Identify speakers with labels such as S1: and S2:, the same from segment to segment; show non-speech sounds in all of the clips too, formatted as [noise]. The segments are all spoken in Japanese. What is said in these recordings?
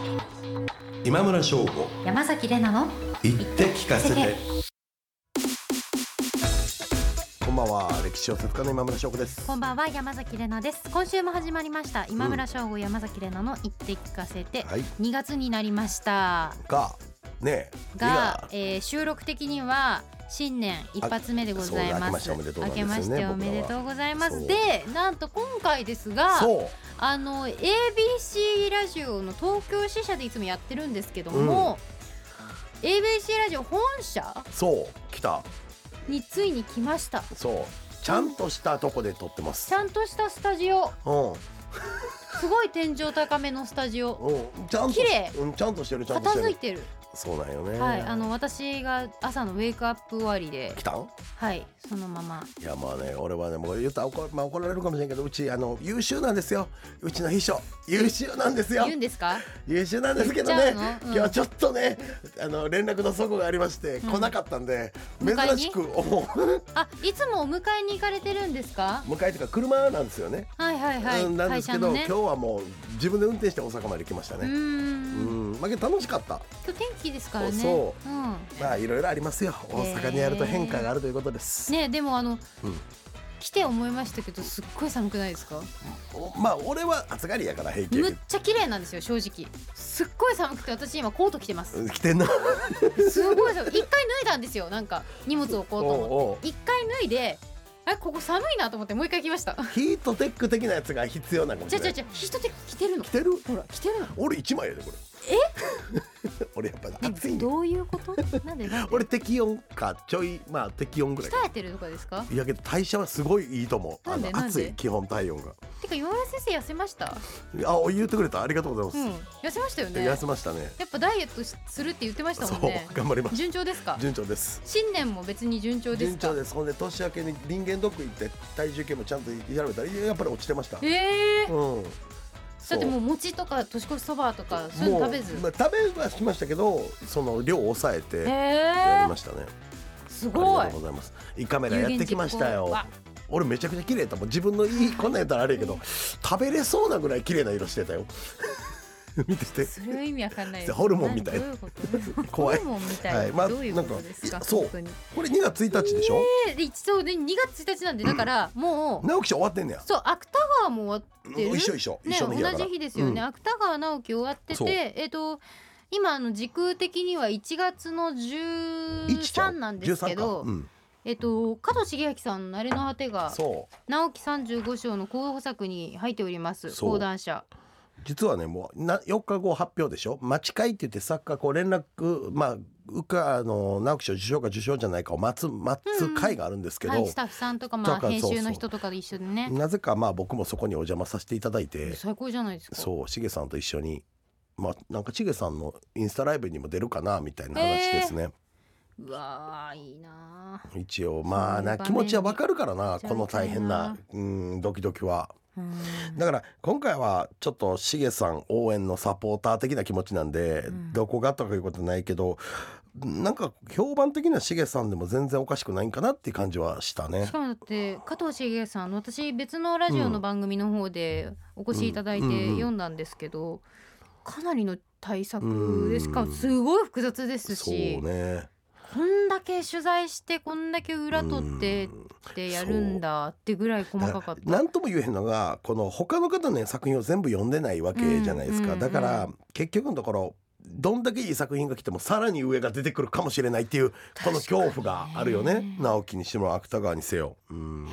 S1: 今村翔吾
S2: 山崎れなの
S1: 言って聞かせてこんばんは歴史小説家の今村翔吾です
S2: こんばんは山崎れなです今週も始まりました今村翔吾、山崎れなの言って聞かせて、
S1: はい
S2: 2月になりました
S1: がねえ
S2: が、えー収録的には新年一発目でございます
S1: そうだ
S2: 明
S1: 明
S2: け
S1: けま
S2: まし
S1: してて
S2: お
S1: お
S2: め
S1: め
S2: で
S1: で
S2: と
S1: と
S2: うございます
S1: そう
S2: でなんと今回です
S1: が
S2: が
S1: そう
S2: あの ABC ラジオの東京支社でいつもやってるんですけども、ABC ラジオ本社
S1: そう来た
S2: についに来ました
S1: そうちゃんとしたとこで撮ってま
S2: ち
S1: す
S2: ゃんとしたスタジオ
S1: うん
S2: すごい天井高めのスタジオ
S1: うんちゃんと
S2: 綺麗
S1: うんちゃんとしてるちゃんと
S2: 片
S1: して
S2: 付い
S1: る
S2: てる、
S1: そうなんよね
S2: はいあの私が朝のウェイクアップ終わりで
S1: 来たん
S2: はいそのまま
S1: いやまあね俺はねもう言ったら怒,、まあ、怒られるかもしれんけどうちあの優秀なんですようちの秘書優秀なんですよ
S2: 言うんですか
S1: 優秀なんですけど
S2: 言っ
S1: ね
S2: ちゃうのうん
S1: 今日ちょっとねあの連絡の底がありまして
S2: ん
S1: 来なかったんで、
S2: 迎え
S1: 珍
S2: に
S1: しくお迎
S2: あいつもお迎えに行かれてるんですか
S1: えとか車なんですよね、
S2: はいはいはい、
S1: うん、なんで
S2: 会
S1: すけ
S2: 社
S1: ど、
S2: のね
S1: 今日はもう自分で運転して大阪まで来ました
S2: うー
S1: ね、うん
S2: 今
S1: んまあけど楽しかった
S2: 日天気ですからね、
S1: そう
S2: ん、
S1: まあいろいろありますよ大阪にやると変化があるということです、
S2: ねでもあの、
S1: うん
S2: 来て思いましたけどすっごい寒くないですか
S1: おまあ俺は暑がりやから平気や
S2: む
S1: け
S2: っちゃ綺麗なんですよ正直すっごい寒くて私今コート着てます
S1: ど来てんな
S2: すごい寒い一回脱いだんですよなんか荷物置こうと思って
S1: おうおう
S2: 一回脱いであここ寒いなと思ってもう一回来ました
S1: ヒートテック的なやつが必要なのかもしれ
S2: じゃ
S1: な
S2: じゃ
S1: い
S2: じゃ人で着てるの
S1: 着てる
S2: ほら着てるの
S1: 俺一枚やでこれえ [laughs] 俺やっぱり暑い
S2: ね
S1: んだよ
S2: どういうことなんでなんで
S1: 俺適温かちょいまあ適温ぐらいか
S2: 鍛えてるとかですか
S1: いやけど代謝はすごいいいと思う
S2: な
S1: あ
S2: んで
S1: の
S2: なんで
S1: 暑い基本体温が
S2: てか今村先生痩せました
S1: あお言ってくれたありがとうござ
S2: う
S1: い
S2: ん
S1: ま
S2: 痩せましたよ
S1: す、
S2: ね
S1: 痩
S2: や
S1: せましたね
S2: っぱダイエットしするって言ってました
S1: そ
S2: も
S1: うん
S2: ね
S1: 頑張ります
S2: 順調ですか
S1: 順調です
S2: 新年も別に順調です
S1: 順
S2: か
S1: 調ですほんで年明けに人間ドック行って体重計もちゃんと調べたらいややっぱり落ちてましたうん
S2: ええ
S1: そ
S2: だってもう餅とか年越しそばとかそういうの食べず
S1: もうまあ、食べはしましたけどその量を抑え
S2: へ
S1: てや
S2: え
S1: りましたね、
S2: す
S1: あ
S2: ご
S1: りが
S2: い
S1: とうございます胃カメラやってきました
S2: 有
S1: よ
S2: 言実
S1: 俺めちゃくちゃ綺麗だったもん自分のいいこんなんやったらあれやけど食べれそうなぐらい綺麗な色してたよ [laughs] 見てて
S2: それは意味わかんないで
S1: [laughs]
S2: す
S1: ホルモンみたい
S2: 何どういうこと
S1: 怖い
S2: ホルモンみたい、
S1: まあ
S2: どういう
S1: な
S2: こ
S1: んか
S2: とですか
S1: そう
S2: 本当に
S1: これ2月1日でしょ、
S2: えで一応で2月1日なんでだからもう、
S1: 直木賞終わってんねや
S2: そう芥川も終わってる
S1: 一緒一緒一
S2: ね
S1: 緒の日やか
S2: 同
S1: ら
S2: じ日ですよね、芥川直樹終わって
S1: そう
S2: てえっ、と今あの時空的には1月の
S1: 一ちゃ
S2: 13
S1: う
S2: なんですけど、
S1: 13かうん
S2: えっと加藤茂明さんの「なれの果て」が
S1: そう
S2: 直樹35章の候補作に入っております
S1: そう
S2: 講談社
S1: 実はねもうな4日後発表でしょ待ち会って言って作家こう連絡まあうかあの直木賞受賞か受賞じゃないかを待つ待つ会があるんですけど、
S2: はいスタッフさんとか、まあ、
S1: だから
S2: 編
S1: そうそう
S2: 集の人とかで一緒でね
S1: なぜかまあ僕もそこにお邪魔させていただいて
S2: 最高じゃないですか
S1: そうしげさんと一緒にまあなんかしげさんのインスタライブにも出るかなみたいな話ですね、
S2: うわーいいな
S1: 一応まあ
S2: そういう
S1: な
S2: 場面
S1: 気持ちはわかるからな
S2: めちゃめちゃ
S1: この大変なうんドキドキは。
S2: ーうん
S1: だから今回はちょっとしげさん応援のサポーター的な気持ちなんで、
S2: うん
S1: どこがとかいうことないけどなんか評判的にはしげさんでも全然おかしくないんかなっていう感じはしたね
S2: し。かもだって加藤茂さん私別のラジオの番組の方でお越しいただいて
S1: うんうんうん
S2: 読んだんですけどかなりの対策でしか
S1: うん
S2: もすごい複雑です
S1: そう
S2: し
S1: ね
S2: こんだけ取材してこんだけ裏取って
S1: うん
S2: ってやるんだってぐらい細かか
S1: だら
S2: った。
S1: なんとも言えへんのがこの他の方のね作品を全部読んでないわけじゃないですか、
S2: うん
S1: だか
S2: う
S1: ら
S2: ん
S1: 結局のところどんだけいい作品が来てもさらに上が出てくるかもしれないっていうこの恐怖があるよ
S2: 確かに
S1: ね
S2: ね
S1: 直樹にしても芥川にせよ。うん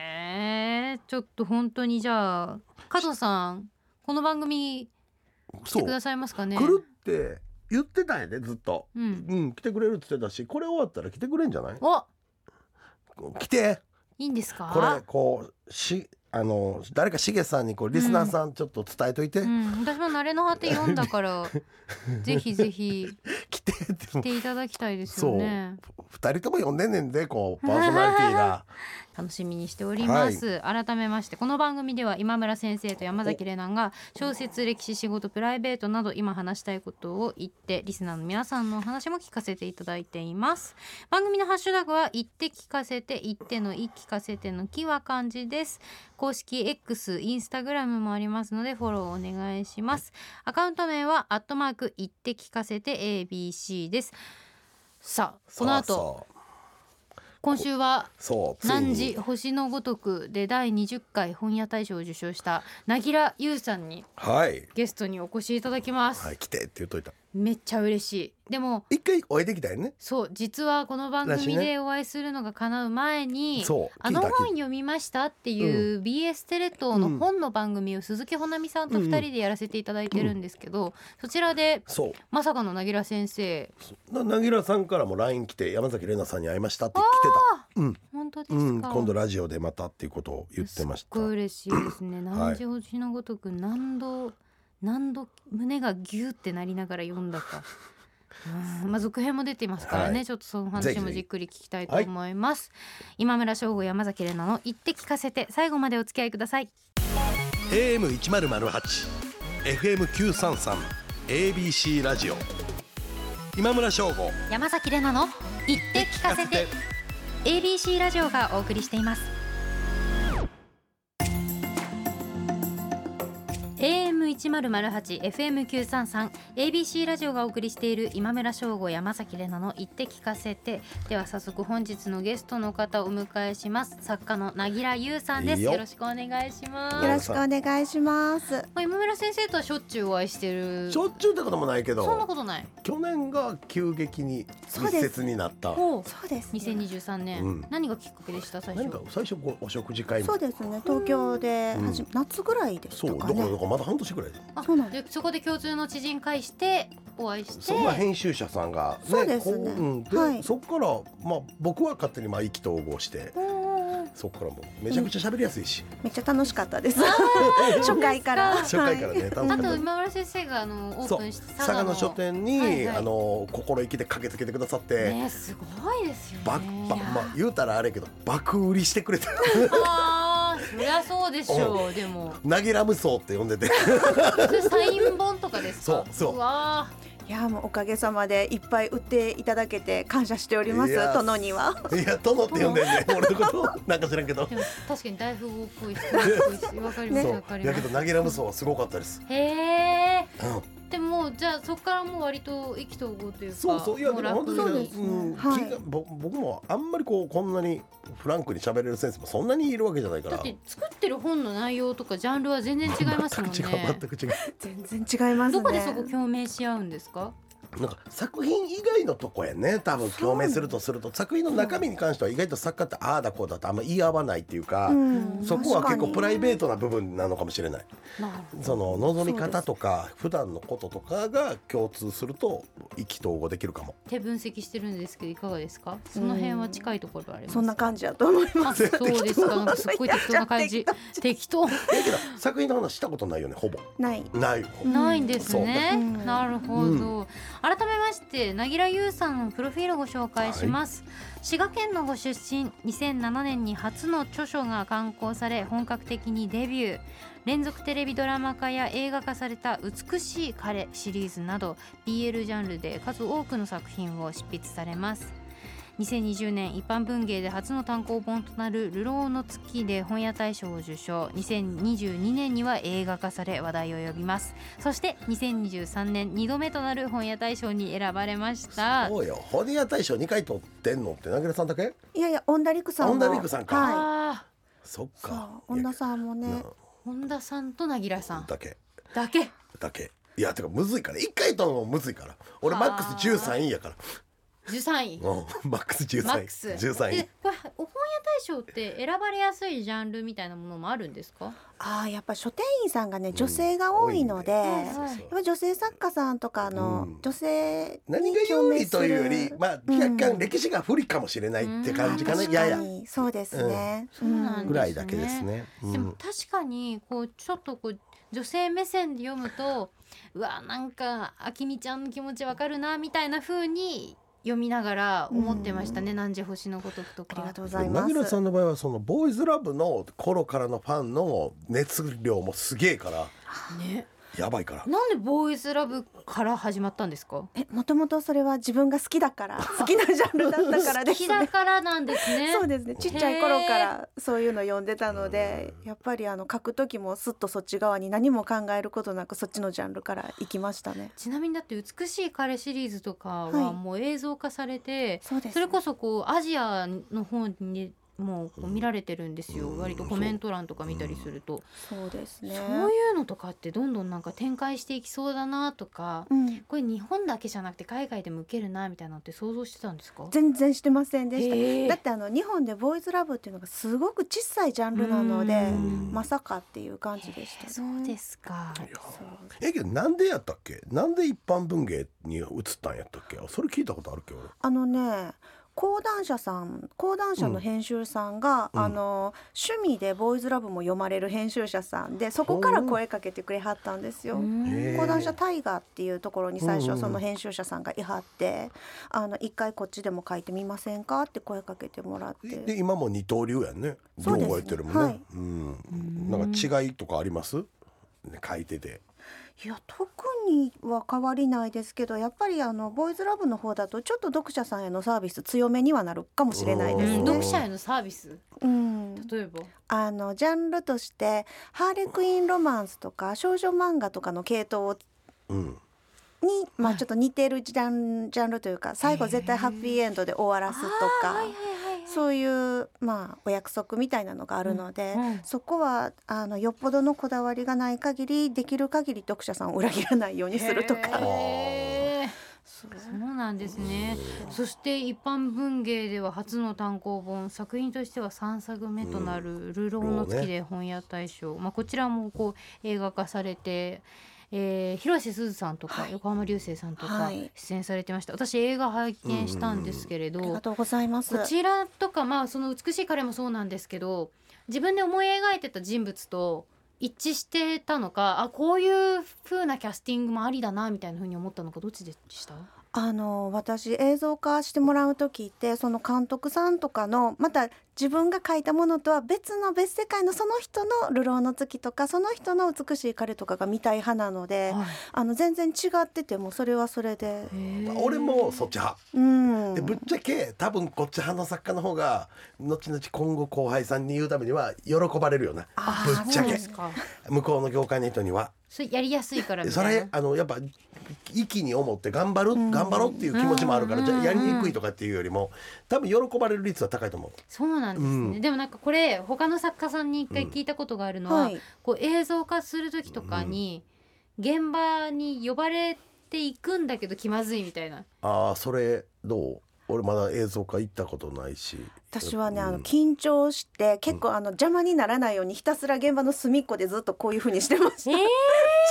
S2: へえちょっと本当にじゃあ加藤さんこの番組来
S1: そう
S2: てくださいますかね。
S1: 来るって言ってたんやでずっと。
S2: うん、
S1: うん、来てくれるって言ってたしこれ終わったら来てくれんじゃない
S2: お
S1: 来て
S2: いいんですか
S1: これこうしあの誰かしげさんにこうリスナーさんちょっと伝えといて、
S2: うん、私も慣れの果て読んだからぜひぜひ
S1: 来てって
S2: 来ていただきたいですよね
S1: 二人とも呼んでんねんでこうパーソナリティ
S2: [laughs]
S1: が
S2: 楽しみにしております、改めましてこの番組では今村先生と山崎怜奈が小説歴史仕事プライベートなど今話したいことを言ってリスナーの皆さんのお話も聞かせていただいています番組のハッシュタグは言って聞かせて言っての言聞かせてのきは漢字です公式 X インスタグラムもありますのでフォローお願いしますアカウント名はアットマーク言って聞かせて ABC ですさあこの後
S1: そう
S2: 今週は
S1: そうそうついに
S2: 何時星のごとくで第20回本屋大賞を受賞したなぎらゆうさんに
S1: はい、
S2: ゲストにお越しいただきます、
S1: はい、来てって言っといた
S2: めっちゃ嬉しいでも
S1: 一回お会いできたよね
S2: そう実はこの番
S1: らしい
S2: 組で
S1: ね
S2: お会いするのが叶う前に
S1: そう
S2: あの
S1: 聞いた聞いた
S2: 本読みましたっていう BS テレ東の本の番組を鈴木保奈美さんと2人でやらせていただいてるんですけど、そちらで
S1: そう
S2: まさかのなぎら先生
S1: ななぎらさんからも LINE 来て山崎玲奈さんに会いましたって来てたうん
S2: 本当ですか、
S1: うん、今度ラジオでまたっていうことを言ってまし
S2: すったごい嬉しいですね。何時星のごとく何度何度胸がギューってなりながら読んだか。うんまあ続編も出ていますからね、
S1: はい
S2: ちょっとその話
S1: ぜひ
S2: も
S1: ぜひ
S2: じっくり聞きたいと思います、今村翔吾山崎怜奈の言って聞かせて最後までお付き合いください
S1: AM 一ゼロゼ八、FM 九三三、ABC ラジオ。今村翔吾。
S2: 山崎怜奈の言って聞かせて ABC ラジオがお送りしています AM1008、FM933、ABC ラジオがお送りしている今村翔吾、山崎怜奈の言って聞かせてでは早速本日のゲストの方をお迎えします作家のなぎらゆうさんです
S1: いい
S2: よ
S1: よ
S2: ろしくお願いします
S1: よ
S3: よろしくお願いします。
S2: まあ今村先生とはしょっちゅうお会いしてる
S1: しょっちゅうってこともないけ
S2: そんな
S1: ど、
S2: ことない
S1: 去年が急激に
S3: そう
S1: 密
S3: です
S1: 接になった。
S2: ほ
S3: そうです、ね。
S2: 2023年、
S1: うん
S2: 何がきっかけでした最初
S1: 何か最初こうお食事会みた
S3: そ
S1: いう
S3: ですね。東京で
S1: うん
S3: 初め、夏ぐらいでし
S1: そう
S3: た
S1: ど
S3: か
S1: こど
S3: ね。
S1: こまだ半年くらいで。
S2: あ
S3: そうなん
S2: でそこで共通の知人会してお会いして
S1: そんな編集者さんがね、
S3: そうですね
S1: こうんで、
S3: はい
S1: そこからまあ僕は勝手にまあ意気投合して、そこからもうめちゃくちゃ喋りやすいし、
S3: めっちゃ楽しかったです。初回から。
S1: [laughs] 初回からね、楽しか
S2: あ
S1: った
S2: と今村先生があのオー
S1: そう
S2: プンした
S1: 佐賀の書店に、
S2: はいはい
S1: あの心意気で駆けつけてくださって、
S2: ねすごいですよね
S1: ばばまあ、言うたらあれやけど爆売りしてくれ [laughs] た
S2: あーそりゃそうでしょうでも
S1: 投げラムソーって呼んでて [laughs]
S2: それサイン本とかですか
S1: そうそう
S2: わ
S3: いやもうおかげさまでいっぱい売っていただけて感謝しておりま
S1: い
S3: す
S1: や。
S3: 殿には。
S1: いや殿って呼んでんね俺のことなんか知らんけど
S2: ーでも確かに大富豪っぽいし大富豪っぽいしわかります
S1: そ
S2: わか
S1: う
S2: り
S1: や
S2: ま
S1: け
S2: す
S1: ど投げラムソーはすごかったです、
S2: へえ
S1: うん、
S2: でもじゃあそこからもう割と意気投合というか
S1: そうそういや
S2: も
S1: で
S2: う
S1: も本
S2: 楽
S1: 当に
S3: そう
S1: ね、
S3: ですね
S1: うん
S3: はい
S1: 気がぼ僕もあんまりこうこんなにフランクに喋れるセンスもそんなにいるわけじゃないか
S2: だ
S1: ら
S2: って作ってる本の内容とかジャンルは全然違いますもんね
S1: 全 [laughs] く違う全く違う
S3: 全然違いますね。
S2: どこでそこ共鳴し合うんですか。
S1: なんか作品以外のとこやね多分共鳴するとすると作品の中身に関しては意外と作家ってああだこうだってあんま言い合わないっていうか、
S3: うん
S1: そこは結構プライベー
S3: ト。
S1: トな部分なのかもしれないその望み方とか普段のこととかが共通すると意気投合できるかも
S2: 手分析してるんですけど、いかがですか。その辺は近いところあります。
S3: そんな感じだと思いま
S2: あ、そうですか。なんかすっごい適当な
S3: [laughs]
S2: 感じ。適当。
S1: だけど作品の話したことないよねほぼ
S3: す。ない。
S1: ない
S2: ないんですね。
S3: そううん
S2: なるほど、改めまして、なぎらゆうさんのプロフィールをご紹介します。滋賀県のご出身、2007年に初の著書が刊行され、本格的にデビュー。連続テレビドラマ化や映画化された「美しい彼」シリーズなど BL ジャンルで数多くの作品を執筆されます2020年一般文芸で初の単行本となる「流浪の月」で本屋大賞を受賞2022年には映画化され話題を呼びますそして2023年2度目となる本屋大賞に選ばれました
S1: そうよ本屋大賞2回取ってんのってなぎらさんだけ
S3: いやいや、オンダリクさんも。
S1: オンダリクさんか
S3: はい。
S2: あ
S1: そっか
S3: そう、女さんも
S1: いや
S3: ね。
S2: ー本田さんとなぎらさ
S1: うん
S2: ん
S1: だけ
S2: だけ
S1: だけいやてかむずいから1回取るのもむずいから俺マックス13位やから
S2: 13位
S1: うんマックス
S2: マッ
S1: 13
S2: クス
S1: 位13
S2: で
S1: 位
S2: これお本屋大賞って選ばれやすいジャンルみたいなものもあるんですか
S3: ああやっぱ書店員さんがね女性が多いので、
S1: うん
S2: 多いんで
S3: やっ
S1: そうそう
S3: ぱり女性作家さんとかあの、
S1: うん
S3: 女性
S1: 何
S3: に
S1: が
S3: 共
S1: 有
S3: 鳴
S1: 利
S3: す
S1: と
S3: る
S1: いうよりまあ
S3: うん
S1: 若干歴史が不利かもしれないって感じかな
S3: あー確
S1: やや
S3: にそうですね、
S2: うんそうなん
S1: ぐらいだけですね。うん
S2: でも確かにこうちょっとこう女性目線で読むと [laughs] うわなんかあきみちゃんの気持ちわかるなみたいな風に読みながら思ってましたね「何時星のごとく」と
S3: ありが
S2: か。
S3: とうございま
S1: なぎら
S3: す
S1: さんの場合はそのボーイズラブの頃からのファンの熱量もすげえから
S2: ね、
S1: やばいから
S2: なんでボーイズラブから始まったんですか
S3: えもともとそれは自分が好きだから好きなジャンルだったからで
S2: 好
S3: す
S2: き
S3: ね
S2: だからなんですね。
S3: [laughs] そうですねちっちゃい頃からそういうの読んでたのでやっぱりあの書く時もすっとそっち側に何も考えることなくそっちのジャンルから行きましたね。
S2: ちなみにだって美しい彼シリーズとか
S3: は
S2: はいもう映像化されて、
S3: そうです
S2: それこそこうアジアの方にもうこう見られてるんですよ、
S1: うん
S2: 割とコメント欄とか見たりすると、
S3: そうですね
S2: そういうのとかってどんどんなんか展開していきそうだなとか、
S3: うん、
S2: これ日本だけじゃなくて海外でも受けるなみたいなのって想像してたんですか
S3: 全然してませんでした、
S2: へえ
S3: だってあの日本でボーイズラブっていうのがすごく小さいジャンルなので
S1: うん
S3: まさかっていう感じでした、
S2: へ
S3: ね、
S2: えそうですか
S3: そう
S1: ええけどなんでやったっけなんで一般文芸に移ったんやったっけそれ聞いたことあるけど
S3: あのね講談社さん講談社の編集さんが、
S1: うん
S3: あの趣味でボーイズラブも読まれる編集者さんでそこから声かけてくれはったんですよ。
S1: へえ
S3: 講談社タイガーっていうところに最
S1: うんう
S3: 初
S1: ん
S3: その編集者さんがいはって「あの一回こっちでも書いてみませんか?」って声かけてもらっ
S1: で
S3: て
S1: 今も二刀流やんね
S3: そ
S1: 両
S3: うです
S1: 方やってるもん
S3: は
S1: ね
S3: い
S1: うんなんか違いとかありますね書いてて
S3: いや特には変わりないですけどやっぱりあのボーイズラブの方だとちょっと読者さんへのサービス強めにはなるかもしれないです
S2: うん
S3: ね。
S2: 読者へのサービス
S3: うん
S2: 例えば
S3: あのジャンルとしてハーレクインロマンスとか少女漫画とかの系統
S1: うん
S3: に、まあ、ちょっと似てるジャンジャンルというか最後絶対ハッピーエンドで終わらすとか、そういう、まあ、お約束みたいなのがあるので、
S2: うんうん
S3: そこはあのよっぽどのこだわりがない限りできる限り読者さんを裏切らないようにするとか。
S2: へえ
S3: そう
S2: そうなんですね。そして一般文芸では初の単行本、作品としては三作目となるルーローの月で本屋大賞。まあこちらもこう映画化されて。えー、広瀬すずさんとか
S3: はい
S2: 横浜流星さんとか
S3: はい
S2: 出演されてました、私映画拝見したんですけれど、
S3: ありがとうございます。
S2: こちらとかまあその美しい彼もそうなんですけど自分で思い描いてた人物と一致してたのかあこういう風なキャスティングもありだなみたいな風に思ったのかどっちでした
S3: あの私映像化してもらう時ってその監督さんとかのまた自分が書いたものとは別の別世界のその人の「流浪の月」とかその人の「美しい彼」とかが見たい派なので、
S2: はい
S3: あの全然違っててもそれはそれで。
S1: まあ俺もそっち派
S3: うん
S1: でぶっちゃけ多分こっち派の作家の方が後々今後後輩さんに言うためには喜ばれるよな
S3: あ
S1: ぶっちゃ
S2: そう
S1: け
S2: ですか
S1: 向こうの業界の人には
S2: それやりやすいからみ
S1: そ
S2: たい
S1: れ
S2: な
S1: あのやっぱ息に思って頑張る、頑張ろうっていう気持ちもあるから、
S2: うん
S1: じゃあやりにくいとかっていうよりも多分喜ばれる率は高いと思う
S2: そうなんですね、
S1: うん
S2: でもなんかこれ他の作家さんに一回聞いたことがあるのは、
S3: はい
S2: こう映像化する時とかに現場に呼ばれていくんだけど気まずいみたいな
S1: ああそれどう俺まだ映像化行ったことないし
S3: 私はね、あ
S1: う
S3: の
S1: ん
S3: 緊張して結構あの邪魔にならないようにひたすら現場の隅っこでずっとこういうふうにしてました、
S2: えー
S3: [laughs]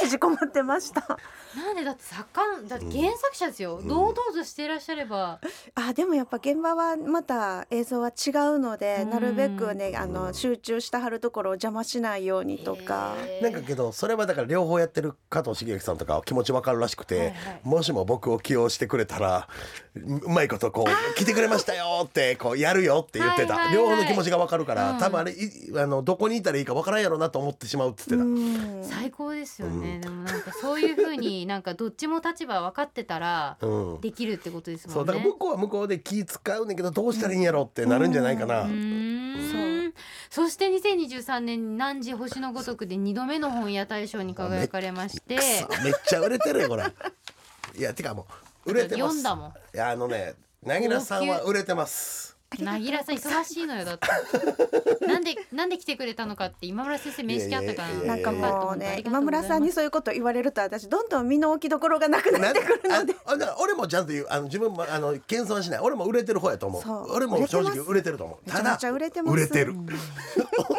S3: 縮こまってました
S2: なんでだって作家だって原作者ですよ、堂々としていらっしゃれば、
S3: あでもやっぱ現場はまた映像は違うので、なるべくねあの集中したはるところを邪魔しないようにとか、
S2: えー
S1: なんかけどそれはだから両方やってる加藤茂之さんとかは気持ちわかるらしくて、
S2: はいはい
S1: もしも僕を起用してくれたらううまいことこう来てくれましたよってこうやるよって言ってた、
S2: はいはいはい
S1: 両方の気持ちがわかるから、
S2: うん
S1: 多分あれいあのどこにいたらいいかわからんやろうなと思ってしまうって言ってた。
S3: うん
S2: 最高ですよね、でもなんかそういう
S1: [laughs]
S2: 風になんかどっちも立場分かってたら
S1: うん
S2: できるってことです
S1: そ
S2: も
S1: うんだ
S2: ね。
S1: から向こうは向こうで気使うねんけどどうしたらいいんやろってなるんじゃないかな、
S2: うーんそして2023年に「何時星のごとく」で2度目の本屋大賞に輝かれまして
S1: くそめっちゃ売れてるよこれいやてかもう売れてます
S2: 読んだもん
S1: いやあのねなぎらさんは売れてます
S2: なぎらさん忙しいのよだっ
S1: [laughs]
S2: てなんでなんで来てくれたのかって今村先生面識あったから
S1: いやいや
S3: ないん
S1: や
S3: か
S1: いや
S3: もう
S2: あ
S3: ね
S2: りがと
S3: 今
S2: うござい
S3: 村
S2: ます
S3: さんにそういうこと言われると私どんどん身の置きどころがなくなってくるので
S1: ああ俺もちゃんと言うあの自分もあの謙遜しない俺も売れてる方やと思う
S3: そう
S1: 俺も正直売
S3: 売
S1: れてると思う
S3: め
S1: た
S3: ちゃめ
S1: だ
S3: ちゃ売れてます
S1: 売れてる [laughs]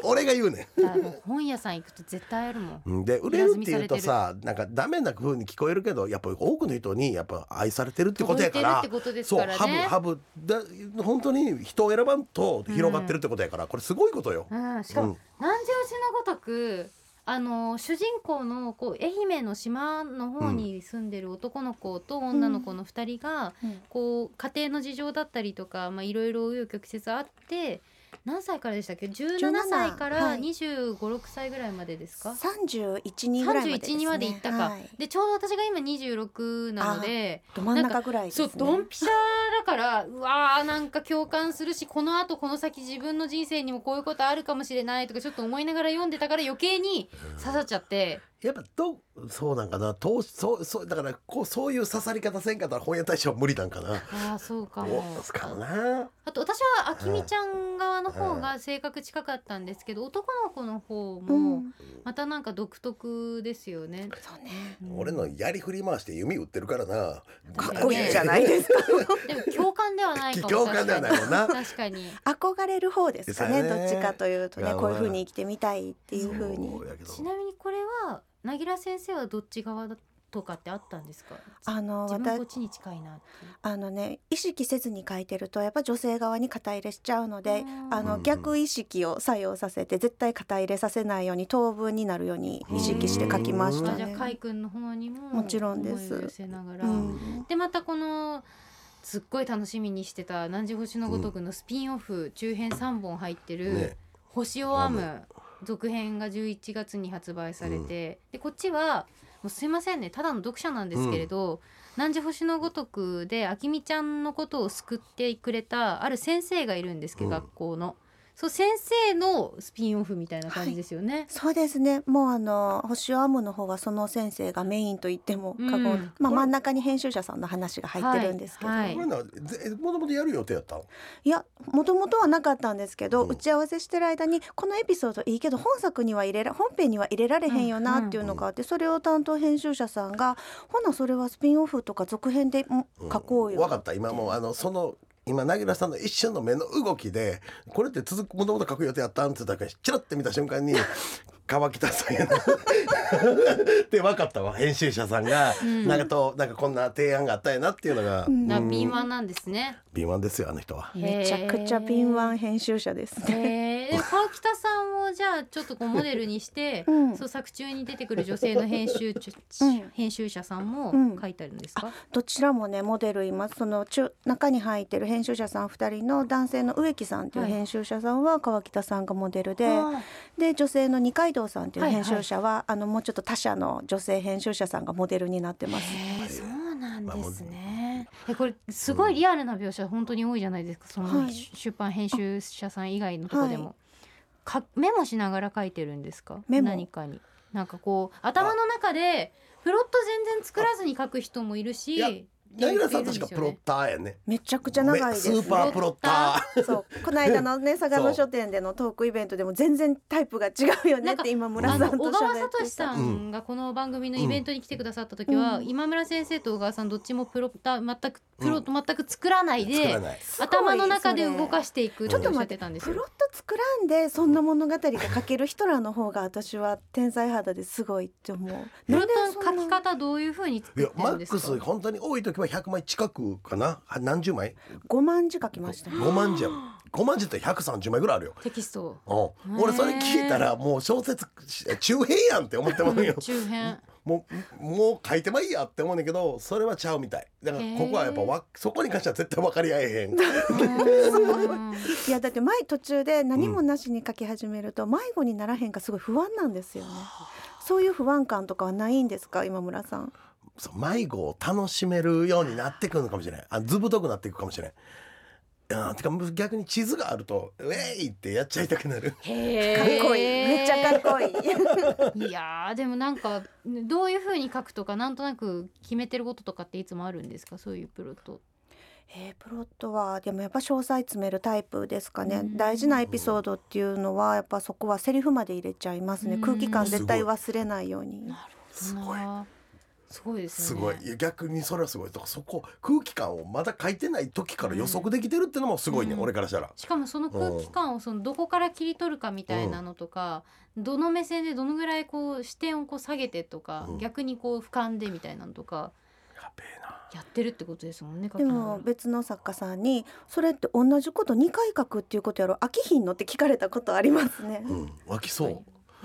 S1: 俺が言うねん
S2: だから本屋さん行くと絶対あるもん
S1: うんで売れるっていうとさなんかダメな風に聞こえるけどやっぱり多くの人にやっぱ愛されてるってことやから
S2: 届いてるってことです
S1: そう
S2: からね
S1: ハブハブだ本当に人を選ばんと広がってるってことやから、これすごいことよ。
S2: うん、しかも、
S1: うん
S2: 南城市のごとくあの主人公のこう愛媛の島の方に住んでる男の子と女の子の2人が、
S3: うん
S2: こう家庭の事情だったりとかまあいろいろ紆余曲折あって何歳からでしたっけ17
S3: 17
S2: 歳から
S3: は
S2: 2 5
S3: い
S2: 二十五6歳ぐらいまでですか
S3: 31人ぐらいまでです
S2: 31
S3: ね
S2: にまで行ったか、
S3: はい
S2: でちょうど私が今26なので。
S3: ど真ん中ぐらいです
S2: そ
S3: ね
S2: うドンピシャだからうわーなんか共感するしこのあとこの先自分の人生にもこういうことあるかもしれないとかちょっと思いながら読んでたから余計に刺さっちゃって
S1: やっぱどうそうなんかなとうそうそうだからこうそういう刺さり方せんかったら本屋大賞無理なんかな。
S2: ああそうか
S1: ど
S2: も
S1: うですかな。
S2: あと私はあきみちゃん側の方が性格近かったんですけど男の子の方
S3: う
S2: も
S3: ん
S2: またなんか独特ですよね。
S3: そうね
S1: 俺のやり振り回して弓打ってるからな。
S3: かっこいいじゃ
S1: い。
S3: ないですか
S2: でも共感ではないかも
S1: 共感ではないもんな
S2: 確かに確かに
S3: [laughs] 憧れる方ですかね
S1: です
S3: ど
S1: よね
S3: っちかというと
S1: いや
S3: ねこういう風に生きてみたいっていう風に
S1: そうやけど
S2: ちなみにこれはなぎら先生はどっち側だとかってあったんですか
S3: あの
S2: 自分
S3: 私
S2: こっちに近いなっていう
S3: あのね意識せずに書いてるとやっぱ女性側に肩入れしちゃうの
S2: う
S3: で
S2: ん
S3: あ
S1: うんうん
S3: の逆意識を作用させて絶対肩入れさせないように当分になるように意識して書きました
S2: じゃ
S3: ね
S2: あ。海君の方にも
S3: もちろんです
S2: 思いを寄せながら、
S3: うん
S2: でまたこのすっごい楽しみにしてた「南時星のごとく」のスピンオフ、中編3本入ってる「
S1: ね
S2: 星を編む」続編が11月に発売されて、でこっちはもうすいませんねただの読者なんですけれど「南時星のごとく」であきみちゃんのことを救ってくれたある先生がいるんですけど、
S1: うん
S2: 学校の。そう先生のスピンオフみたいな感じですよね。
S3: そうですねもうあの星を編むの方はその先生がメインと言っても過言、
S2: うん
S3: まあ、真ん中に編集者さんの話が入ってるんですけど、
S2: はい
S3: い
S2: はい
S1: これなぜもともとやる予定やったの。
S3: やもともとはなかったんですけど、
S1: うん
S3: 打ち合わせしてる間にこのエピソードいいけど本作には入れら本編には入れられへんよなっていうのがあって、それを担当編集者さんがほなそれはスピンオフとか続編でも
S1: ん
S3: 書こうよ、
S1: わかった今もうあのその今なぎらさんの一瞬の目の動きでこれって続くもともと書く予定やったんって言ったからチラッて見た瞬間
S3: [laughs]
S1: に川北さんやな [laughs] って分かったわ編集者さんが、
S2: ん
S1: なんかとなんかこんな提案があったんやなっていうのが、
S3: ん
S2: な
S1: うん
S2: 敏腕なんですね。
S1: 敏腕ですよあの人は。
S3: めちゃくちゃ敏腕編集者ですね。
S2: へー。でも川北さんをじゃあちょっとこうモデルにして、
S3: うん
S2: そう作中に出てくる女性の編集ちょ
S3: うん
S2: 編集者さんも
S3: うん
S2: 書いてあるんですか？
S3: どちらもねモデルいますその中中に入ってる編集者さん2人の男性の植木さんっていう
S2: はい
S3: 編集者さんは川北さんがモデルで、
S2: あ
S3: で女性の二階堂さんっていう
S2: はい
S3: 編集者は、あのもうちょっと他社の女性編集者さんがモデルになってま
S2: ー
S3: す。
S2: へーそうなんですね。えこれすごいリアルな描写本当に多いじゃないですか。その
S3: はい
S2: 出版編集者さん以外のとこでも、
S3: は
S2: かメモしながら書いてるんですか？
S3: メモ
S2: 何かになんかこう頭の中でプロット全然作らずに書く人もいるし。
S1: いやなぎらさん
S2: いる
S1: 確
S2: で
S1: か
S2: す
S1: プ
S2: よね
S1: ロッターやね。
S3: めちゃくちゃ長い
S1: め
S3: です、
S1: ス
S3: ね、
S1: ーパープロッタ
S3: そうこの間のね佐賀の書店でのトークイベントでも全然タイプが違うよね
S2: なん
S3: っ
S2: か
S3: て今村
S2: あ
S3: さ
S2: の
S3: んと
S2: 小川
S3: 喋っ
S2: 聡
S3: て
S2: さ
S3: た。
S2: んがこの番組のイベントに来てくださった時は、
S3: うん
S2: 今村先生と小川さんどっちもプロッター全くプロット全く作らない
S1: ー作
S2: で、
S1: らない。
S2: 頭の中で動か
S3: し
S2: していく
S3: ちょっ
S2: お
S3: と
S2: っしゃ
S3: 待
S2: っ
S3: ってて
S2: たんです
S3: プロ
S2: よ。
S3: ット作らんでそんな物語が書ける人らの方が私は天才肌ですごいって思う。
S2: プロ
S3: な
S2: ッ
S3: んで
S2: ト
S3: そ
S2: の
S3: ん
S2: 書
S3: な
S2: き方どういう風に
S1: い
S2: 作っ
S1: や
S2: て
S1: マ
S2: るんで
S1: ッ
S2: す
S1: クス
S2: か？
S1: 本当に多い時は100枚近くかなあ何十枚
S3: 5万字書きました
S2: [laughs]
S3: ね。
S1: 5万字や5万字って130枚ぐらいあるよ。
S2: テキストを
S1: うん、
S2: へ
S1: 俺
S2: ー
S1: それ聞いたらもう小説し中編やんって思ってもん
S2: [laughs]
S1: よ
S2: 中編。
S1: もうもう書いてまいやって思うんだけどそれはちゃうみたいだから
S2: へー
S1: ここはやっぱわそこに関しては絶対分かり合えへん [laughs]
S2: うん
S3: いやだって前途中で何もなしに書き始めると迷子にならへんかすごい不安なんですよね。そういう不安感とかはないんですか今村さん。
S1: そう迷子を楽しめるようになってくるのかもしれないあずぶとくなっていくかもしれないうんてか逆に地図があると「ウェイ!」ってやっちゃいたくなる [laughs]
S2: へー
S3: かっこいい、めっちゃかっこいい。
S2: いやーでもなんかどういう風に書くとかなんとなく決めてることとかっていつもあるんですかそういうプロット。
S3: えープロットはでもやっぱ詳細詰めるタイプですかね
S2: うん
S3: 大事なエピソードっていうのはやっぱそこはセリフまで入れちゃいますね
S2: うん
S3: 空気感絶対忘れないように
S1: すごい
S2: なすごいです
S1: す
S2: よね
S1: ごいいや逆にそれはすごいだからそこ空気感をまだ書いてない時から予測できてるってのもすごいね、
S2: うん
S1: 俺からしたら。
S2: しかもその空気感をそのどこから切り取るかみたいなのとか、どの目線でどのぐらいこう視点をこう下げてとか、
S1: うん
S2: 逆にこう俯瞰でみたいなのとか
S1: やべえな
S2: やってるってことですもんね。
S3: でも別の作家さんに「それって同じこと2回書くっていうことやろ飽きひんの?」って聞かれたことありますね。
S1: うん湧きそう、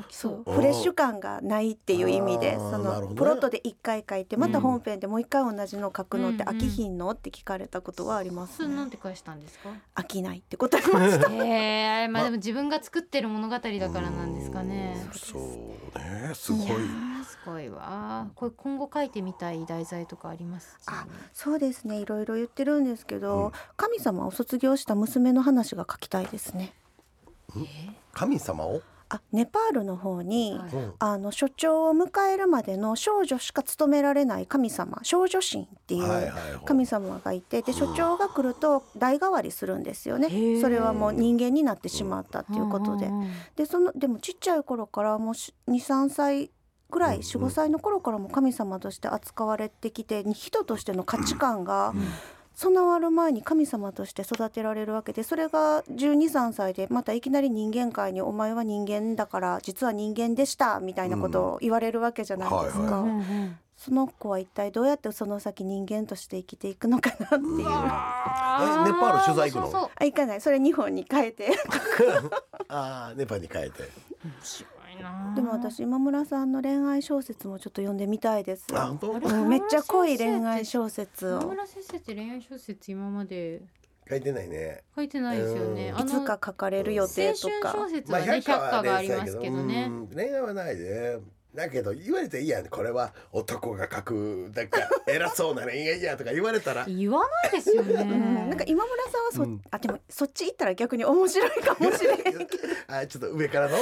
S2: そう
S3: フレッシュ感がないっていう意味で
S1: あーな
S3: そ
S1: るほど
S3: の
S1: ね
S3: プロットで1回書いてま
S2: う
S3: た
S2: ん
S3: 本編でもう1回同じの書くのって
S2: うんうん
S3: 飽きひんのって聞かれたことはありま
S2: そ
S3: す
S2: れなん
S3: ね。
S2: て返した
S1: [laughs]
S2: んですか。
S3: 飽きないって答えました。
S2: へえまあでも自分が作ってる物語だからなんですかね。
S1: うんそうねすごい
S2: いやーすごいわー。これ今後書いてみたい題材とかあります。
S3: あそうですねいろいろ言ってるんですけど、
S1: うん
S3: 神様を卒業した娘の話が書きたいですね。
S2: えー
S1: 神様を、
S3: あネパールの方に、
S2: はい
S1: うん
S3: あの所長を迎えるまでの少女しか務められない神様少女神ってい
S1: はいはいうはい
S3: 神様がいてで所長が来ると代替わりするんですよ
S2: へ
S3: ね
S2: ー
S3: それはもう人間になってしまったっていうことで
S2: んんん
S3: でそのでもちっちゃい頃からもう23歳ぐ
S1: う
S3: ら
S1: ん
S3: い
S1: うん
S3: 45歳の頃からも神様として扱われてきて人としての価値観が備わる前に神様として育てられるわけでそれが1 2三3歳でまたいきなり人間界に「お前は人間だから実は人間でした」みたいなことを言われるわけじゃないです
S1: はい
S3: か。
S2: うんうん
S3: その子は一体どうやってその先人間として生きていくのかなって [laughs] いう。あ
S2: あ
S1: ネパール取材行くの
S2: そうそう
S3: 行かないそれ日本に変えて
S1: あーネパに変えて
S2: 面白いなあ
S3: でも私今村さんの恋愛小説もちょっと読んでみたいです、
S1: あ本当
S2: れ
S3: うんめっちゃ濃い恋愛小説
S2: 野
S3: を
S2: 村先生って恋愛小説今まで
S1: 書いてないね
S2: 書いてないですよね
S1: う。ん
S2: あ
S3: いつ
S2: の
S3: か書かれる予定と
S2: 青春
S3: か
S2: 小説はね、百科がありますけどね。
S1: うん恋愛はないねだけど言われていいやんこれは男が書くだから偉そうな恋愛やとか言われたら
S2: 言わないですよね。
S3: [laughs] うんなんか今村さんはそ、
S1: うん
S3: あでもそっち行ったら逆に面白いかもしれない
S1: [laughs] あちょっと上からのい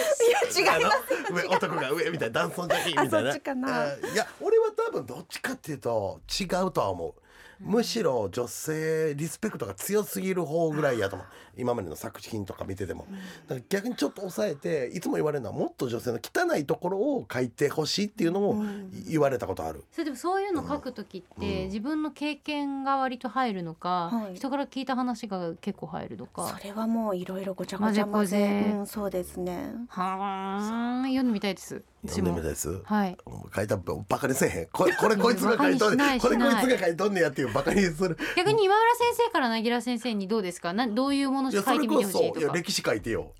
S3: や違い
S1: の上男が上みたいな男尊女卑みたいな
S3: あそっちかな
S1: あいや俺は多分どっちかっていうと違うとは思うむしろ女性リスペクトが強すぎる方ぐらいやと思う今までの作品とか見ててもだから逆にちょっと抑えていつも言われるのはもっと女性の汚いところを書いてほしいっていうの
S3: う
S1: を
S3: ん
S1: 言われたことある、
S2: それでもそういうの書くときって、
S1: うん
S2: 自分の経験が割と入るのか、
S3: はい
S2: 人から聞いた話が結構入るのか
S3: そ。れはもういろいろごちゃごちゃ混ぜ
S2: 混ぜこぜ
S3: うん、そうですね
S2: はあ、読んでみたいです。私
S1: 読んで
S2: も
S1: みたいです
S2: はい。
S1: 書いたらバカにせえへんこれこれこいつが書いとん
S2: バカ
S1: ね
S2: にしない
S1: んこれ
S2: し
S1: こいつ
S2: ない
S1: が書いとんねんやっていうバカにする
S2: 逆に今村先生からなぎら先生にどうですか。などういうもの
S1: い
S2: 書
S1: やそ
S2: い
S1: れ
S2: てみ
S1: こ
S2: てほしい
S1: そい
S2: と
S1: や
S2: か。
S1: 歴史書いてよ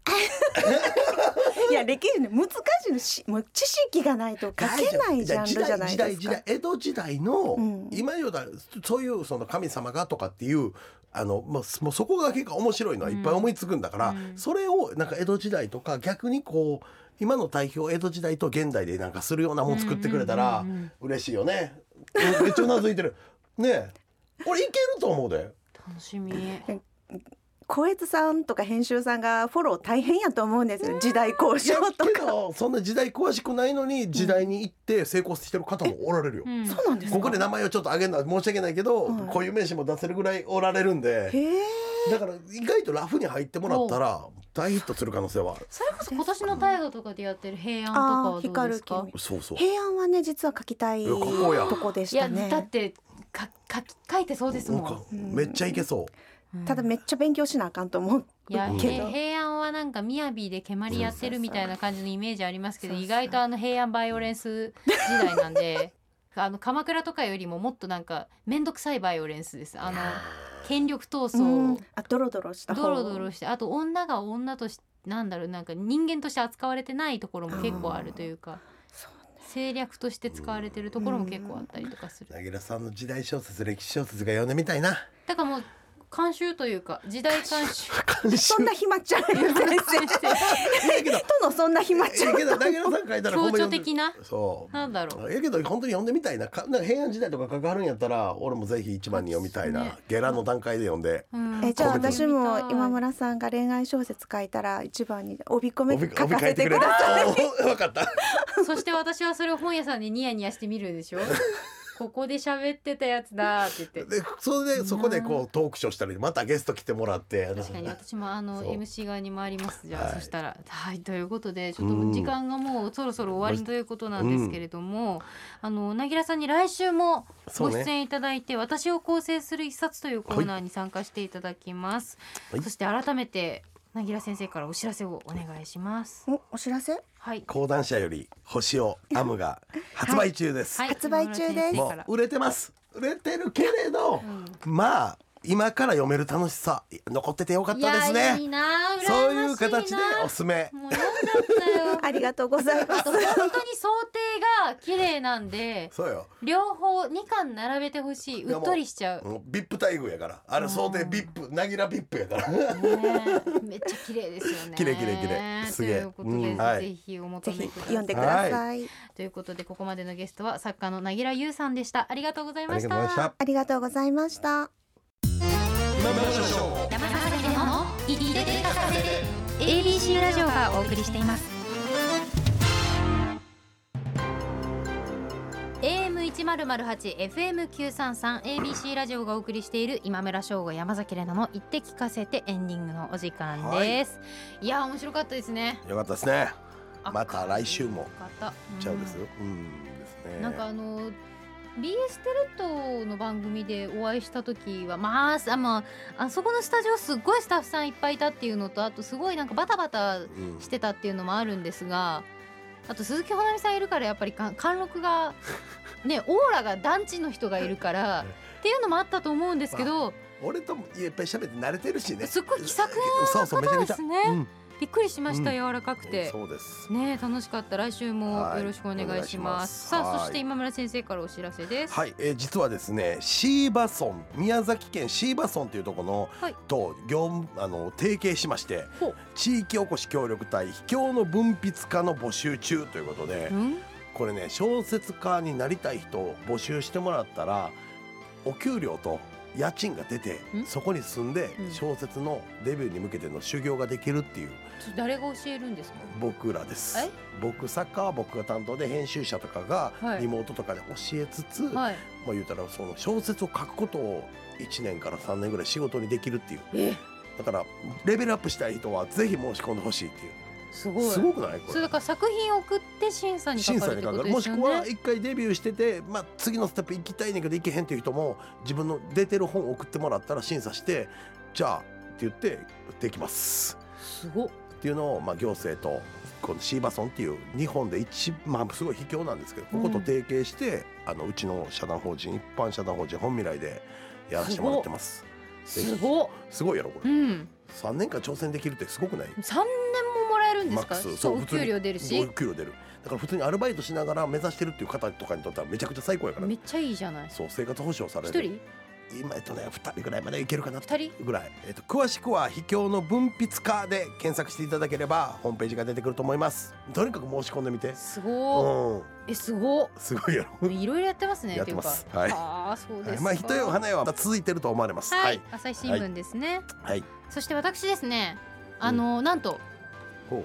S3: いや歴史ね難しいのしもう知識がないと書けないジャンルじゃない
S1: 時代
S3: で
S1: 時
S3: すか
S1: 代江戸時代の、
S3: うん
S1: 今よだそういうその神様がとかっていうあのもうもうそこが結構面白いのはいっぱい思いつくんだから、
S2: うん
S1: それをなんか江戸時代とか逆にこう今の代表江戸時代と現代でなんかするようなもん作ってくれたら
S2: うんうんうんうん
S1: 嬉しいよね。めっちゃうなずいてる。ねえ俺いけると思う
S3: [laughs]
S1: で。
S2: 楽しみ。
S3: 光悦さんとか編集さんがフォロー大変やと思うんですよ時代交
S1: いや
S3: 渉と
S1: け
S3: か
S1: どそんな時代詳しくないのに時代に行って成功してる方もおられるよ。
S2: うん
S3: そうなんですか
S1: ここで名前をちょっと挙げるのは申し訳ないけど、
S3: はい
S1: こういう名詞も出せるぐらいおられるんで
S3: へえ
S1: だから意外とラフに入ってもらったら大ヒットする可能性はある
S2: それこそ今年の大河とかでやってる平安とかはどうです
S3: あー
S2: か
S3: 光る。
S1: そうそう
S3: 平安はね実は書きたい
S1: いや書こうや
S3: とこで
S2: い
S3: した
S2: や
S3: ね
S2: だってか書き書いてそうです
S1: な
S2: も
S1: んか
S2: ん。
S3: うん
S1: めっちゃいけそう、
S2: うん
S3: ただめっちゃ勉強しなあかんと思う
S2: いや、
S1: うん
S3: け
S2: 平
S3: ど
S2: 平安はなんか雅で蹴鞠やってるみたいな感じのイメージありますけど、
S3: そうそう
S2: 意外とあの平安バイオレンス時代なんで [laughs] あの鎌倉とかよりももっとなんか面倒くさいバイオレンスですあの権力闘
S3: うん
S2: 争
S3: あドロドロした方
S2: ドロドロしてあと女が女としてなんだろうなんか人間として扱われてないところも結構あるというか
S3: そう
S2: 政略として使われてるところも結構あったりとかする
S1: なぎらさんの時代小説歴史小説が読んでみたいな
S2: だからもう監修というか時代監修
S1: 関
S3: そんな暇ちゃう
S1: [laughs]
S3: よ先 [laughs] 生とのそんな暇ちゃう
S1: けどなぎらさん書いたらほんま読んで
S2: 強調的な
S1: そう
S2: なんだろう
S1: やけど本当に読んでみたいなかなんか平安時代とか関わるんやったら俺もぜひ一番に読みたいな、
S2: そうですね
S1: ゲラの段階で読んで
S2: うん
S3: えじゃあ
S1: コメント
S3: 私も今村さんが恋愛小説書いたら一番に帯コメ
S1: 帯
S3: 書
S1: 帯
S3: か
S1: 書い
S3: せ
S1: て
S3: て
S1: くれ
S3: くだ
S1: る
S3: さい
S1: あー分かった
S3: [laughs]
S2: そして私はそれを本屋さんでニヤニヤして見るでしょ。ここで喋ってたやつだって言って
S1: でそれでそこでこうトークショーしたりまたゲスト来てもらってあの [laughs]
S2: 確かに私もあの
S1: そう
S2: MC 側に回りますじゃあ、
S1: はい
S2: そしたらはいということでちょっともう時間がもうそろそろ終わりということなんですけれども、あのなぎらさんに来週も
S1: そ
S2: ご
S1: うね
S2: 出演いただいて、私を構成する一冊というコーナーに参加していただきます、
S1: はい
S2: そして改めてなぎら先生からお知らせをお願いします
S3: おお知らせ
S2: はい、
S1: 講談社より星をアム
S2: [laughs]
S1: が発売中です、
S2: はい、
S3: 発売中で
S1: も
S3: す
S2: 今村先生から
S1: う売れてます売れてるけれど、まあ今から読める楽しさ残っててよかったです
S2: いやい
S1: ね
S2: いな羨ましいな
S1: そういう形でおすすめ
S2: もう読んじゃったよ
S3: ありがとうござい
S1: [laughs]
S3: ます
S2: 本当に想定が綺麗なんで
S1: そうよ
S2: 両方二巻並べてほしい
S1: やも
S2: う
S1: う
S2: っとりしちゃう、
S1: もうビップ待遇やからあれ想定ビップなぎらビップやから
S2: ねえ、めっちゃ綺麗ですよね
S1: 綺麗綺麗綺麗すげえ
S2: ということで、
S1: うんはい
S2: ぜひお求
S3: ぜ
S2: め
S3: ひ
S2: くださ
S3: 読
S2: い
S3: んでくださ、
S1: はい
S2: ということでここまでのゲストは作家のなぎらゆうさんでしたありがとうございました
S3: ありがとうございました
S1: 今村翔吾
S2: 山崎れの「いでてかせて」ABC ラジオがお送りしています AM1008 FM933 ABC ラジオがお送りしている今村翔吾山崎れなの「言って聞かせて」エンディングのお時間です、い、やー面白かったですね
S1: よかったですねまた来週も
S2: よかった
S1: ちゃうですようんですね
S2: なんかあの BS テレ東の番組でお会いした時はまああまああそこのスタジオすっごいスタッフさんいっぱいいたっていうのとあとすごいなんかバタバタ
S1: うん
S2: してたっていうのもあるんですがあと鈴木保奈美さんいるからやっぱりか貫禄がねオーラが団地の人がいる
S1: [laughs]
S2: からっていうのもあったと思うんですけど
S1: 俺ともいっぱい喋って慣れてるしね
S2: すっごい気さく
S1: そうそうめちゃ
S2: な
S1: めち
S2: 方
S1: ゃ
S2: ですね
S1: うん
S2: びっくりしました
S1: うん
S2: 柔らかくて。
S1: そうです
S2: ねえ楽しかった来週も
S1: はい
S2: よろしくお願いし
S1: お
S2: ます,、
S1: 願いします
S2: さ
S1: は
S2: あ
S1: い
S2: そして今村先生からお知らせです、
S1: はい、えー実はですね椎葉村宮崎県椎葉村というところの、
S2: はい
S1: と業務あの提携しまして
S2: ほう
S1: 地域おこし協力隊秘境の文筆家の募集中ということで、
S2: うん
S1: これね小説家になりたい人を募集してもらったらお給料と家賃が出て
S2: ん
S1: そこに住んで
S2: うん
S1: 小説のデビューに向けての修行ができるっていう
S2: 誰が教えるんですか
S1: 僕らです
S2: え
S1: 僕作家は僕が担当で編集者とか
S2: は
S1: が
S2: い
S1: リモートとかで教えつつ、
S2: はい
S1: まあ言うたらその小説を書くことを1年から3年ぐらい仕事にできるっていう
S2: え
S1: だからレベルアップしたい人はぜひ申し込んでほしいっていう
S2: すごい
S1: すごくないこ
S2: そ
S1: れ
S2: れだから作品を送って審査にか
S1: 審
S2: か
S1: 査
S2: る
S1: に
S2: って
S1: か
S2: こ
S1: か
S2: と
S1: る
S2: で
S1: も
S2: す
S1: し
S2: よ
S1: く
S2: ね
S1: は一回デビューしてて、まあ、次のステップ行きたいねんけど行けへんっていう人も自分の出てる本を送ってもらったら審査してじゃあって言ってできます
S2: すごっ
S1: っていうのを、まあ、行政とこのシーバソンっていう日本で一、まあ、すごい卑怯なんですけどここと提携して、あのうちの社団法人一般社団法人本未来でやらせてもらってます
S2: すごっ
S1: すごいやろこ
S2: う
S1: れ、
S2: ん
S1: 三3年間挑戦できるってすごくない
S2: 三年ももらえるんですか
S1: マックス
S2: そう
S1: そう
S2: お
S1: 普通に
S2: 給料出る
S1: すごい
S2: し
S1: 給料出るだから普通にアルバイトしながら目指してるっていう方とかにとってはめちゃくちゃ最高やから
S2: めっちゃいいじゃない
S1: そう生活保障され
S2: 一
S1: る
S2: 人
S1: 今えっとね2人ぐらいまでいけるかな
S2: 二人
S1: ぐらい、えっと、詳しくは「秘境の文筆家」で検索していただければホームページが出てくると思いますとにかく申し込んでみて
S2: す
S1: う
S2: ごっ
S1: ん
S2: えすごっ
S1: すごいやろ
S2: いろいろやってますね
S1: やっ
S2: っ
S1: てて
S2: いう
S1: ま
S2: か
S1: すはい
S2: ああそうですか
S1: まあ人よ花よは続いてると思われます
S2: は
S1: はいい
S2: 朝日新聞ですね
S1: はい
S2: そして私ですねあのなんと
S1: ほ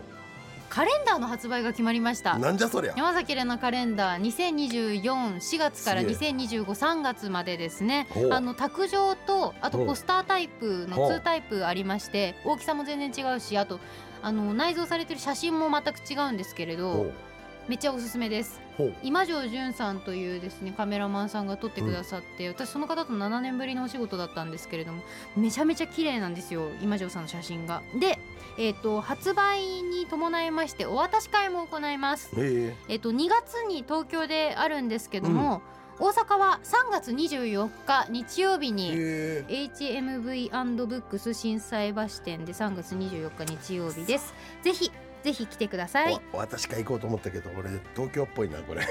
S2: カレンダーの発売が決まりました
S1: うなんじゃそりゃ
S2: 山崎怜奈カレンダー20244月から
S1: す
S2: 20253月までですね
S1: ほう
S2: あの卓上とあと
S1: ほう
S2: ポスタータイプの
S1: ほう
S2: 2タイプありまして大きさも全然違うしあとあの内蔵されてる写真も全く違うんですけれ
S1: ほ
S2: ど
S1: う
S2: めっちゃおすすめです
S1: ほう
S2: 今城淳さんというですねカメラマンさんが撮ってくださって、私その方と7年ぶりのお仕事だったんですけれどもめちゃめちゃ綺麗なんですよ今城さんの写真が。で、えー、と発売に伴いましてお渡し会も行います。
S1: え
S2: えっと、2月に東京であるんですけども、大阪は3月24日日曜日
S1: え
S2: に
S1: え
S2: HMV&BOOKS 震災橋店で3月24日日曜日ですぜひぜひ来てください
S1: え私か行こうと思ったけど俺東京っぽいなこれ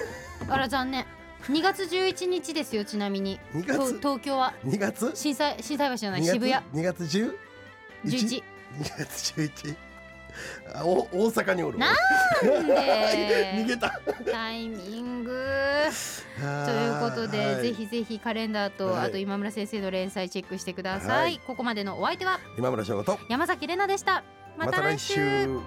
S2: あら残念2月11日ですよちなみに
S1: 2
S2: 東
S1: 月
S2: 東京は
S1: 2月
S2: 震災震災橋じゃない
S1: 2月
S2: 渋谷
S1: 2月 10?
S2: 11
S1: 2月11あお大阪におる
S2: なん
S1: [laughs] 逃
S2: で
S1: げた
S2: タイミング
S1: と
S2: ということで、ぜ
S1: ひ
S2: ひぜひカレンダーと、
S1: はい
S2: あと今村先生の連載チェックしてください、
S1: はい
S2: ここまでのお相手は
S1: 今村翔吾と
S2: 山崎れなでした
S1: ま
S2: また
S1: た来
S2: 来週
S1: 週